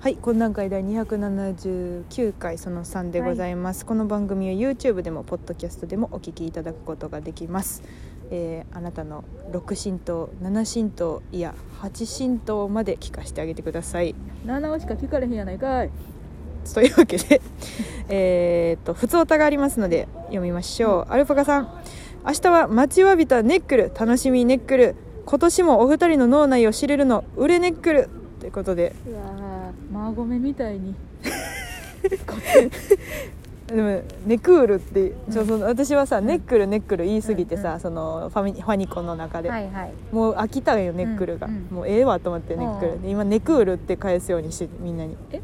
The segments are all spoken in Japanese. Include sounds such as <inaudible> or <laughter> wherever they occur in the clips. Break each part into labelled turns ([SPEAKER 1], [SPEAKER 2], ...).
[SPEAKER 1] はい懇談会第279回その3でございます、この番組は YouTube でもポッドキャストでもお聞きいただくことができます、えーあなたの6神道7神道いや8神道まで聞かせてあげてください
[SPEAKER 2] 七尾しか聞かれへんやないかい
[SPEAKER 1] というわけで <laughs> えーっと普通歌がありますので読みましょう、アルパカさん明日は待ちわびたネックル楽しみネックル今年もお二人の脳内を知れるの売れネックルということで
[SPEAKER 2] うわーマーゴメみたいに
[SPEAKER 1] でもネクールってちょその私はさ、ネックルネックル言いすぎてさ、
[SPEAKER 2] うんうん
[SPEAKER 1] そのファミファニコンの中で、
[SPEAKER 2] いはい
[SPEAKER 1] もう飽きたんよネックルが、
[SPEAKER 2] うんうん
[SPEAKER 1] もうええわと思ってネックルで今ネクールって返すようにしてみんなに
[SPEAKER 2] え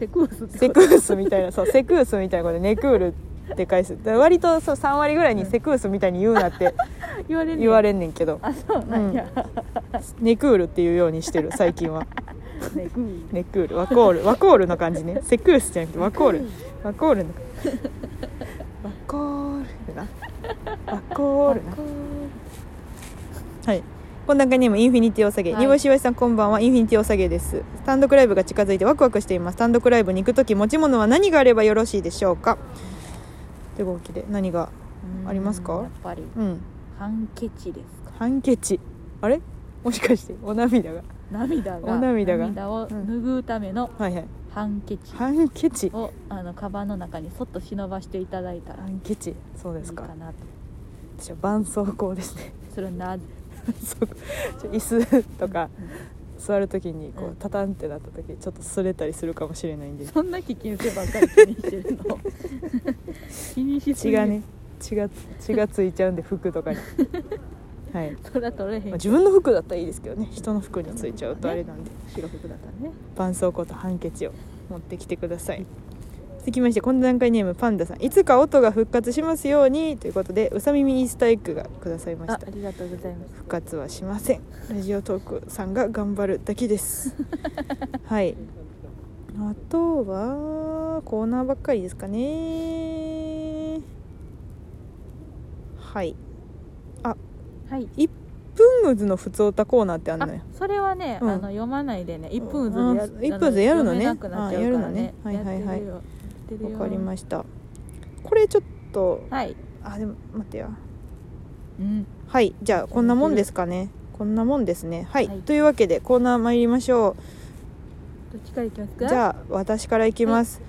[SPEAKER 2] セクウスって
[SPEAKER 1] セクースみたいなそうセクースみたいなことでネクールって返すだから割とそう3割ぐらいにセクースみたいに言うなって
[SPEAKER 2] 言われる
[SPEAKER 1] 言わ
[SPEAKER 2] れ
[SPEAKER 1] れんねんけど
[SPEAKER 2] あそう <laughs> なんや、
[SPEAKER 1] ネクールっていうようにしてる最近は
[SPEAKER 2] セクウ
[SPEAKER 1] ネクールワコールワコールの感じねセクースじゃなくてワコールワコールのワコールなワコールなはいこんな感じにもインフィニティおさげ、
[SPEAKER 2] はい
[SPEAKER 1] 煮干しわしさんこんばんはインフィニティおさげです単独ライブが近づいてワクワクしています単独ライブに行く時持ち物は何があればよろしいでしょうかというわけで何がありますか
[SPEAKER 2] やっぱり
[SPEAKER 1] うん
[SPEAKER 2] ハンケチですか
[SPEAKER 1] ハンケチあれもしかしてお涙が
[SPEAKER 2] 涙が
[SPEAKER 1] お涙が
[SPEAKER 2] を拭うための
[SPEAKER 1] はいはい
[SPEAKER 2] ハンケチ
[SPEAKER 1] ハンケチ
[SPEAKER 2] を、あのカバンの中にそっと忍ばしていただいたら
[SPEAKER 1] ハ
[SPEAKER 2] い
[SPEAKER 1] ンケチそうで
[SPEAKER 2] い
[SPEAKER 1] す
[SPEAKER 2] か
[SPEAKER 1] か
[SPEAKER 2] なと
[SPEAKER 1] 私は絆創膏ですね <laughs>
[SPEAKER 2] それはなぜ
[SPEAKER 1] そうちょ椅子とか座る時にこ
[SPEAKER 2] う
[SPEAKER 1] うんタタンってなった時ちょっと擦れたりするかもしれないんで
[SPEAKER 2] そんな危険性ばっかり気にしてるの <laughs> 気にしす
[SPEAKER 1] 血
[SPEAKER 2] ぎる
[SPEAKER 1] がね血が血がついちゃうんで服とかにはい、ま
[SPEAKER 2] それは取れへんけ
[SPEAKER 1] あ
[SPEAKER 2] ど
[SPEAKER 1] 自分の服だったらいいですけどね人の服についちゃうとあれなんで
[SPEAKER 2] 白服だったらね
[SPEAKER 1] 絆創膏とハンケチを持ってきてください続きましてこの段階ネームパンダさんいつか音が復活しますようにということでうさ耳イースターエッグがくださいまし
[SPEAKER 2] あ
[SPEAKER 1] た
[SPEAKER 2] ありがとうございます
[SPEAKER 1] 復活はしませんラジオトークさんが頑張るだけです <laughs> はいあとはコーナーばっかりですかねはい
[SPEAKER 2] はい
[SPEAKER 1] 1分渦の普通歌コーナーってあん
[SPEAKER 2] あ
[SPEAKER 1] のよ
[SPEAKER 2] それはね、
[SPEAKER 1] うん
[SPEAKER 2] あの読まないでね一分ず
[SPEAKER 1] あ
[SPEAKER 2] つ
[SPEAKER 1] 一分ずつやるのね
[SPEAKER 2] あ読めなくなっちゃうからね
[SPEAKER 1] あやるのねはいはいはい
[SPEAKER 2] やってる
[SPEAKER 1] わ
[SPEAKER 2] よ
[SPEAKER 1] かりま
[SPEAKER 2] し
[SPEAKER 1] したこれちょっと
[SPEAKER 2] たはい、
[SPEAKER 1] あでも待ってよ
[SPEAKER 2] うん、
[SPEAKER 1] はいじゃあこんなもんですかねこんなもんですねはい、
[SPEAKER 2] はい
[SPEAKER 1] というわけでコーナー参りましょう
[SPEAKER 2] どっちからいきますか
[SPEAKER 1] じ
[SPEAKER 2] あ
[SPEAKER 1] ゃあ私からいきます、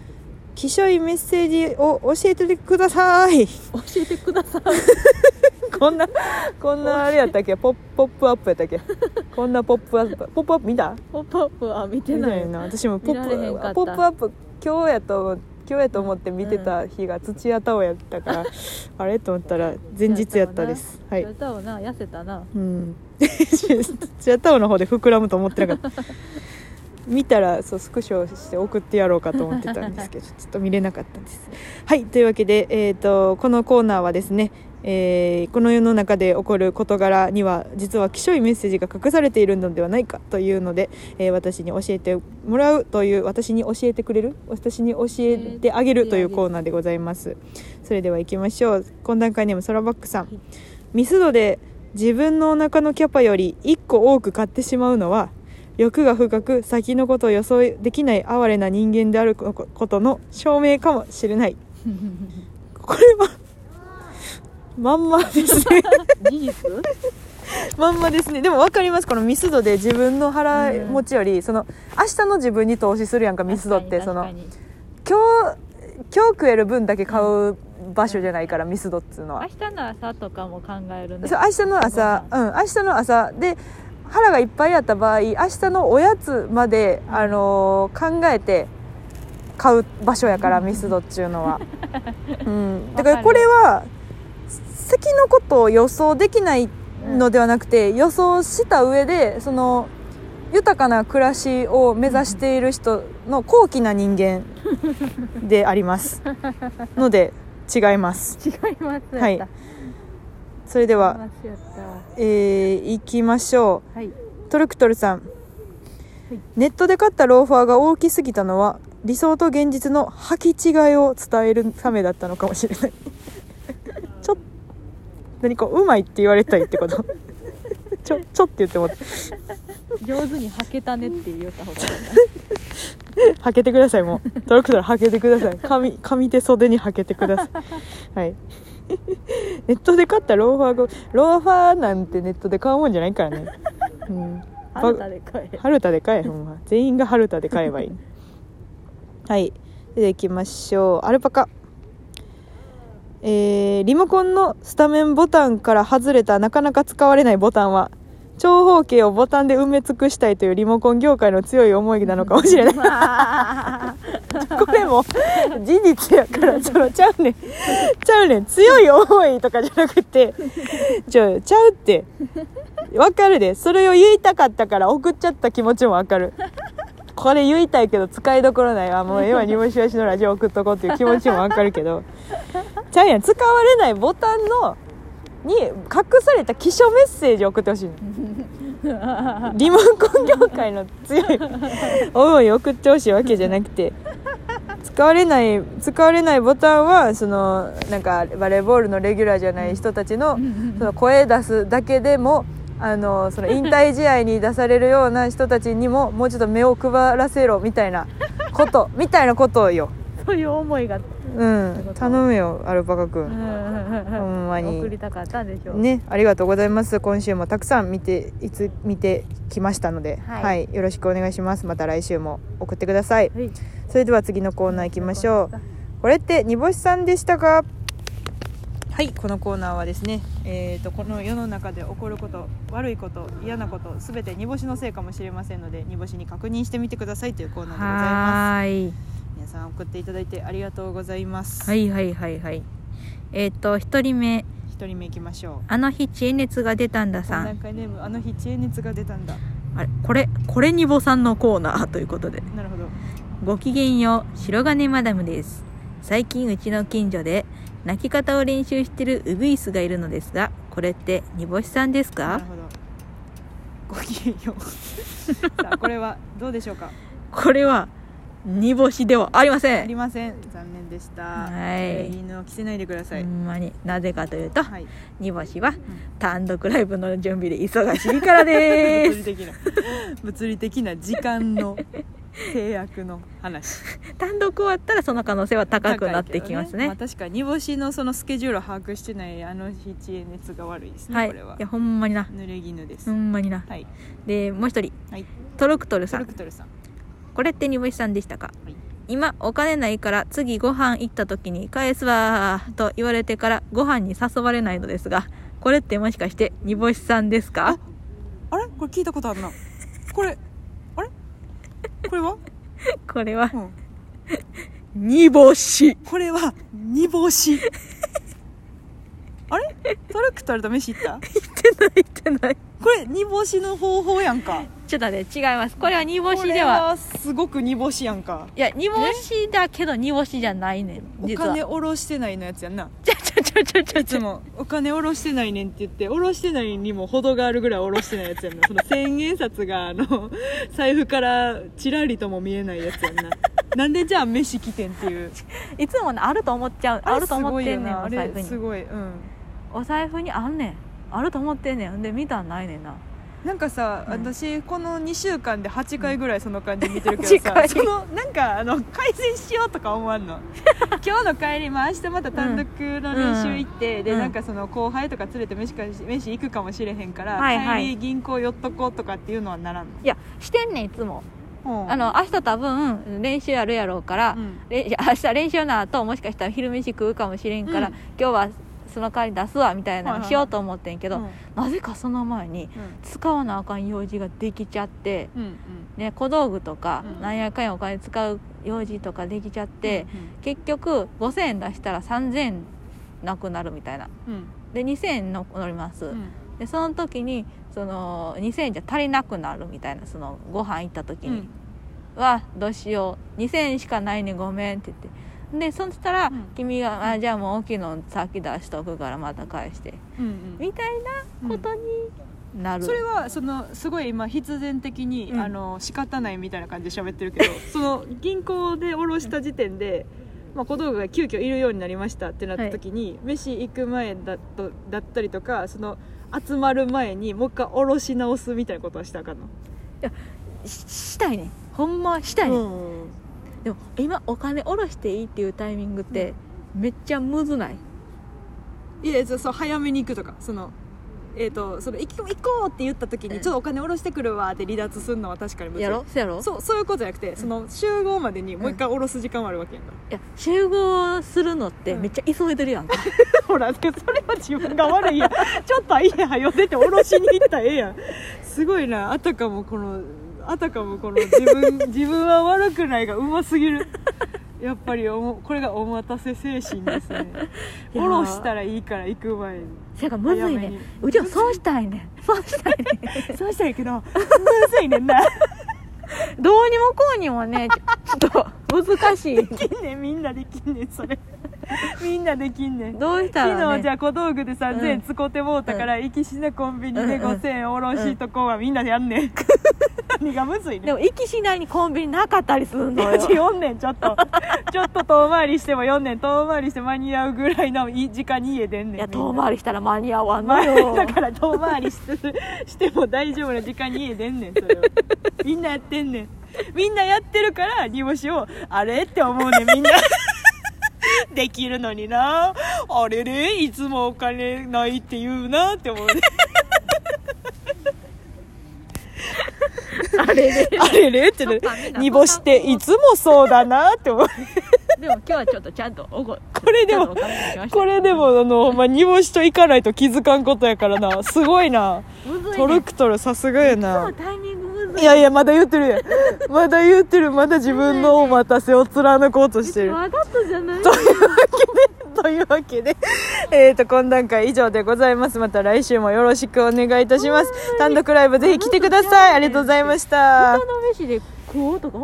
[SPEAKER 1] きしょいメッセージを教えてください <laughs>
[SPEAKER 2] 教えてください
[SPEAKER 1] こんなこんなあれやった
[SPEAKER 2] <laughs>
[SPEAKER 1] っけポッポップアップやったっけこんなポップアップポップアップ見た
[SPEAKER 2] ポップアップは見て
[SPEAKER 1] 見
[SPEAKER 2] な
[SPEAKER 1] ないいな私もポッ
[SPEAKER 2] 見られへんか
[SPEAKER 1] プ
[SPEAKER 2] った
[SPEAKER 1] ポップアップ今日やと思今日やと思って見てた日が土屋太鳳やったから、あれと思ったら前日やったですは
[SPEAKER 2] はい
[SPEAKER 1] い
[SPEAKER 2] 歌をな痩せ
[SPEAKER 1] <laughs>
[SPEAKER 2] たな
[SPEAKER 1] うん土屋太鳳の方で膨らむと思ってなか
[SPEAKER 2] <laughs>
[SPEAKER 1] った見たらそうスクショして送ってやろうかと思ってたんですけどちょっと見れなかったですはいというわけで、えー、とこのコーナーはですね、えーこの世の中で起こる事柄には実はきしょいメッセージが隠されているのではないかというので、えー私に教えてもらうという私に教えてくれる私に教えてあげるというコーナーでございますそれでは行きましょう懇談会ネームソラバックさんミスドで自分のお腹のキャパより1個多く買ってしまうのは欲が深く先のことを予想できない哀れな人間であるこことの証明かもしれないこれはまんまですね <laughs>
[SPEAKER 2] 事実
[SPEAKER 1] まんまですねでも分かりますこのミスドで自分の腹持ちより、その明日の自分に投資するやんかミスドってその
[SPEAKER 2] 確かに確
[SPEAKER 1] 今日今日食える分だけ買う場所じゃないからミスドっつうのは
[SPEAKER 2] かに明日の朝とかも考えるね
[SPEAKER 1] そう明日の朝、うん、明日の朝で腹がいっぱいあった場合明日のおやつまで、あのー考えて買う場所やからミスドっちゅう
[SPEAKER 2] <laughs>
[SPEAKER 1] のは、うん、だか
[SPEAKER 2] わからる
[SPEAKER 1] これは先のことを予想できないのではなくて、予想した上でその豊かな暮らしを目指している人の高貴な人間でありますので違い
[SPEAKER 2] <laughs>
[SPEAKER 1] ます
[SPEAKER 2] 違います
[SPEAKER 1] はい
[SPEAKER 2] やっ
[SPEAKER 1] それで
[SPEAKER 2] た
[SPEAKER 1] は
[SPEAKER 2] 間違った
[SPEAKER 1] えー、行きましょ
[SPEAKER 2] はいう
[SPEAKER 1] トルクトルさん、
[SPEAKER 2] い
[SPEAKER 1] ネットで買ったローファーが大きすぎたのは理想と現実の履き違いを伝えるためだったのかもしれないちょっ何かうまいって言われたいってことちょちょって言ってもらって
[SPEAKER 2] 上手に履けたねって言った方がいいな
[SPEAKER 1] はけてくださいもうトラクターはけてください紙紙手袖にはけてくださいはいネットで買ったローファーがローファーなんてネットで買うもんじゃないからねうん
[SPEAKER 2] あなたで買え
[SPEAKER 1] 春田で買えほんま全員が春田で買えばいいはいでいきましょうアルパカえーリモコンのスタメンボタンから外れたなかなか使われないボタンは長方形をボタンで埋め尽くしたいというリモコン業界の強い思いなのかもしれないこれも事実やからそのちゃうねんちゃうねん強い思いとかじゃなくてちょちゃうってわかるでそれを言いたかったから送っちゃった気持ちもわかるこれ言いたいけど使いどころないわもう今煮干しわしのラジオ送っとこうっていう気持ちもわかるけどちゃうやん使われないボタンのに隠された起書メッセージを送ってほしいのリモコン業界の強い思いを送ってほしいわけじゃなくて使われない使われないボタンはそのなんかバレーボールのレギュラーじゃない人たちのその声出すだけでもあのその引退試合に出されるような人たちにももうちょっと目を配らせろみたいな
[SPEAKER 2] <laughs>
[SPEAKER 1] ことみたいなことよ、
[SPEAKER 2] そういう思いが
[SPEAKER 1] うん、頼むよアルパカく。
[SPEAKER 2] うんほ
[SPEAKER 1] んまに
[SPEAKER 2] 送りたかったんでしょう
[SPEAKER 1] ね、ありがとうございます。今週もたくさん見て、いつ見てきましたので、は、
[SPEAKER 2] はいい
[SPEAKER 1] よろしくお願いします。また来週も送ってください。
[SPEAKER 2] はい
[SPEAKER 1] それでは次のコーナー行きましょう。これって煮干しさんでしたか。はい、このコーナーはですね、えっ、と、この世の中で起こること、悪いこと、嫌なこと、すべて煮干しのせいかもしれませんので、煮干しに確認してみてくださいというコーナーでございます。
[SPEAKER 2] はーい
[SPEAKER 1] 皆さん送っていただいてありがとうございます。
[SPEAKER 2] はいはいはいはいえっ、と一人目
[SPEAKER 1] 一人目行きましょう。
[SPEAKER 2] あの日知恵熱が出たんださ
[SPEAKER 1] 三段
[SPEAKER 2] ん
[SPEAKER 1] 階ネーム、あの日知恵熱が出たんだ。
[SPEAKER 2] あれこれこれにぼさんのコーナーということで
[SPEAKER 1] なるほど。
[SPEAKER 2] ごきげんよう白金マダムです最近うちの近所で泣き方を練習してるウグイスがいるのですがこれって煮干しさんです
[SPEAKER 1] なる
[SPEAKER 2] か
[SPEAKER 1] ほどごきげんようさあこれはどうでしょうか
[SPEAKER 2] これは煮干しではありませ
[SPEAKER 1] あり
[SPEAKER 2] ん
[SPEAKER 1] ません残念でした
[SPEAKER 2] はい
[SPEAKER 1] 犬を着せないでくださ
[SPEAKER 2] ほ
[SPEAKER 1] い、
[SPEAKER 2] んまになぜかというと
[SPEAKER 1] はい
[SPEAKER 2] 煮干しは単独ライブの準備で忙しいからで
[SPEAKER 1] 物理
[SPEAKER 2] <laughs> す
[SPEAKER 1] 的な <laughs> 物理的な時間の制約の話
[SPEAKER 2] 単独終わったらその可能性は高くなってきます
[SPEAKER 1] 高いけ
[SPEAKER 2] ね
[SPEAKER 1] どまあ、確かに煮干しのそのスケジュールを把握してないあの日知恵熱が悪いですね、
[SPEAKER 2] はいい
[SPEAKER 1] これは
[SPEAKER 2] やほんまにな
[SPEAKER 1] 濡れ衣です、
[SPEAKER 2] ほんまにな
[SPEAKER 1] はい
[SPEAKER 2] でもう一人
[SPEAKER 1] はい
[SPEAKER 2] トロクトル
[SPEAKER 1] ト
[SPEAKER 2] さ
[SPEAKER 1] ル
[SPEAKER 2] ん
[SPEAKER 1] クトルさん
[SPEAKER 2] これって煮干しさんでしたか、
[SPEAKER 1] はい
[SPEAKER 2] 今お金ないから次ご飯行った時に返すわーと言われてからご飯に誘われないのですがこれってもしかして煮干しさんですか
[SPEAKER 1] あれこれ聞いたことあるなこれあれこれは、
[SPEAKER 2] <laughs> これは
[SPEAKER 1] うん、
[SPEAKER 2] 煮干し
[SPEAKER 1] これは煮干しあれトラクタルと飯行った
[SPEAKER 2] 言ってない言ってない
[SPEAKER 1] これ煮干しの方法やんか
[SPEAKER 2] ちょっと待って違いますこれは煮干し
[SPEAKER 1] これ
[SPEAKER 2] では
[SPEAKER 1] すごく煮干しやんか
[SPEAKER 2] いや煮干しだけど煮干しじゃないねん
[SPEAKER 1] お
[SPEAKER 2] 実は
[SPEAKER 1] 金おろしてないのやつやんな
[SPEAKER 2] <laughs> ちょちょちょちょちょ
[SPEAKER 1] いつもお金おろしてないねんって言っておろしてないにも程があるぐらいおろしてないやつやんなその千円札があの <laughs> 財布からちらりとも見えないやつやんななんでじゃあ飯来てんっていう
[SPEAKER 2] いつもねあると思っちゃうあると思ってんねんお
[SPEAKER 1] あ
[SPEAKER 2] 財布
[SPEAKER 1] れす
[SPEAKER 2] に
[SPEAKER 1] ごいうん
[SPEAKER 2] お財布にあんねんあると思ってんねんで見たらないねんな
[SPEAKER 1] なんかさ、
[SPEAKER 2] うん
[SPEAKER 1] 私この2週間で8回ぐらいその感じ見てるけど
[SPEAKER 2] 8
[SPEAKER 1] さ、
[SPEAKER 2] 回
[SPEAKER 1] そのなんかあの改善しようとか思わ
[SPEAKER 2] <laughs>
[SPEAKER 1] んの今日の帰りも明日また単独の練習行って、で
[SPEAKER 2] うん
[SPEAKER 1] なんかその後輩とか連れて飯か飯行くかもしれへんから、
[SPEAKER 2] はいはい
[SPEAKER 1] 帰り銀行寄っとこうとかっていうのはならんの
[SPEAKER 2] いやしてんねんいつも
[SPEAKER 1] うん
[SPEAKER 2] あの明日多分練習あるやろうから、
[SPEAKER 1] うん
[SPEAKER 2] れん明日練習の後もしかしたら昼飯食うかもしれんから、
[SPEAKER 1] うん
[SPEAKER 2] 今日はその代わり出すわみたいなのしようと思ってんけど、
[SPEAKER 1] うん
[SPEAKER 2] なぜかその前に使わなあかん用事ができちゃって、
[SPEAKER 1] うんうん
[SPEAKER 2] ね、小道具とか、
[SPEAKER 1] うん
[SPEAKER 2] なんやかんやお金使う用事とかできちゃって、結局5000円出したら3000円なくなるみたいな
[SPEAKER 1] うんうん
[SPEAKER 2] で2000円の乗ります、
[SPEAKER 1] うん
[SPEAKER 2] でその時にその2000円じゃ足りなくなるみたいなそのご飯行った時
[SPEAKER 1] う
[SPEAKER 2] に、
[SPEAKER 1] ん
[SPEAKER 2] はどうしよう2000円しかないねごめんって言ってでそしたら、
[SPEAKER 1] うん
[SPEAKER 2] 君があじゃあもう大きいの先出しとくからまた返して
[SPEAKER 1] うんうん
[SPEAKER 2] みたいなことになる、
[SPEAKER 1] それはそのすごい今必然的に、
[SPEAKER 2] うん
[SPEAKER 1] あの仕方ないみたいな感じで喋ってる <laughs> けどその銀行で下ろした時点で、まあ、小道具が急遽いるようになりましたってなった時に、飯行く前だとだったりとかその集まる前にもう一回下ろし直すみたいなことはしたらあかんの
[SPEAKER 2] ししたいねんほんまはしたいねん、
[SPEAKER 1] うん
[SPEAKER 2] でも今お金下ろしていいっていうタイミングってめっちゃむずない
[SPEAKER 1] いやそうそう早めに行くとかそのえっ、とその行こう行こうって言った時に、
[SPEAKER 2] うん
[SPEAKER 1] ちょっとお金下ろしてくるわって離脱するのは確かにむずい
[SPEAKER 2] やろそうやろ
[SPEAKER 1] そうそういうことじゃなくてその集合までにもう一回下ろす時間はあるわけやんか、
[SPEAKER 2] いや集合するのって
[SPEAKER 1] うん
[SPEAKER 2] めっちゃ急いでるや
[SPEAKER 1] <laughs>
[SPEAKER 2] んか、
[SPEAKER 1] ほらそれは自分が悪いやん <laughs> ちょっと家はよ出て下ろしに行ったらええやんすごいなあたかもこのあたかもこの自
[SPEAKER 2] <laughs>
[SPEAKER 1] 分自分は悪くないがうますぎるやっぱりおもこれがお待たせ精神ですね
[SPEAKER 2] いや
[SPEAKER 1] 下ろしたらいいから行く前に
[SPEAKER 2] せやからむずい
[SPEAKER 1] 早め
[SPEAKER 2] ね
[SPEAKER 1] に
[SPEAKER 2] うちはそうしたいねんそうしたいねん
[SPEAKER 1] そうしたらいいけどむずいねん
[SPEAKER 2] <laughs>
[SPEAKER 1] な
[SPEAKER 2] どうにもこうにもねちょちょっと難しい
[SPEAKER 1] できんねんみんなできんねんそれみんなできんねん
[SPEAKER 2] どうした
[SPEAKER 1] 昨
[SPEAKER 2] ら、
[SPEAKER 1] 日じゃ
[SPEAKER 2] ね、
[SPEAKER 1] あ小道具で3000
[SPEAKER 2] うん
[SPEAKER 1] 円使ってもうたから、行きしなコンビニで
[SPEAKER 2] うんうん
[SPEAKER 1] 5000円おろしとこはみんなでやんねん
[SPEAKER 2] <laughs>
[SPEAKER 1] 何がむずいね
[SPEAKER 2] で
[SPEAKER 1] ん
[SPEAKER 2] も息しないにコンビニなかったりするのよ
[SPEAKER 1] 4年ちょっとちょっと遠回りしても4年遠回りして間に合うぐらいのい時間に家出んねん
[SPEAKER 2] いや
[SPEAKER 1] みんな
[SPEAKER 2] 遠回りしたら間に合わんの
[SPEAKER 1] ま
[SPEAKER 2] よ
[SPEAKER 1] あだから遠回りしてしても大丈夫な時間に家出んねんそれはみんなやってんねんみんなやってるから煮干しをあれって思うねんみんなできるのになあれれいつもお金ないって言うなって思うねん
[SPEAKER 2] あれで
[SPEAKER 1] あれれってね煮干しっていつもそうだなって思う
[SPEAKER 2] <laughs> でも今日はちょっとちゃんとおご
[SPEAKER 1] これでも
[SPEAKER 2] ちょっとお金出しました
[SPEAKER 1] これでもあの、まあ、煮干しと行かないと気づかんことやからなすごいな
[SPEAKER 2] むずい、ね、
[SPEAKER 1] トルクトルさすがやな
[SPEAKER 2] そうタイミングむず
[SPEAKER 1] いやいやまだ言ってるやんまだ言ってるまだ自分のお待たせを貫こうとして
[SPEAKER 2] い
[SPEAKER 1] る
[SPEAKER 2] わざとじゃな
[SPEAKER 1] <laughs>
[SPEAKER 2] い
[SPEAKER 1] というわけで、えー、と懇談会以上でございますまた来週もよろしくお願いいたします単独ライブぜひ来てくださいありがとうございました
[SPEAKER 2] 豚の飯で食おうとか思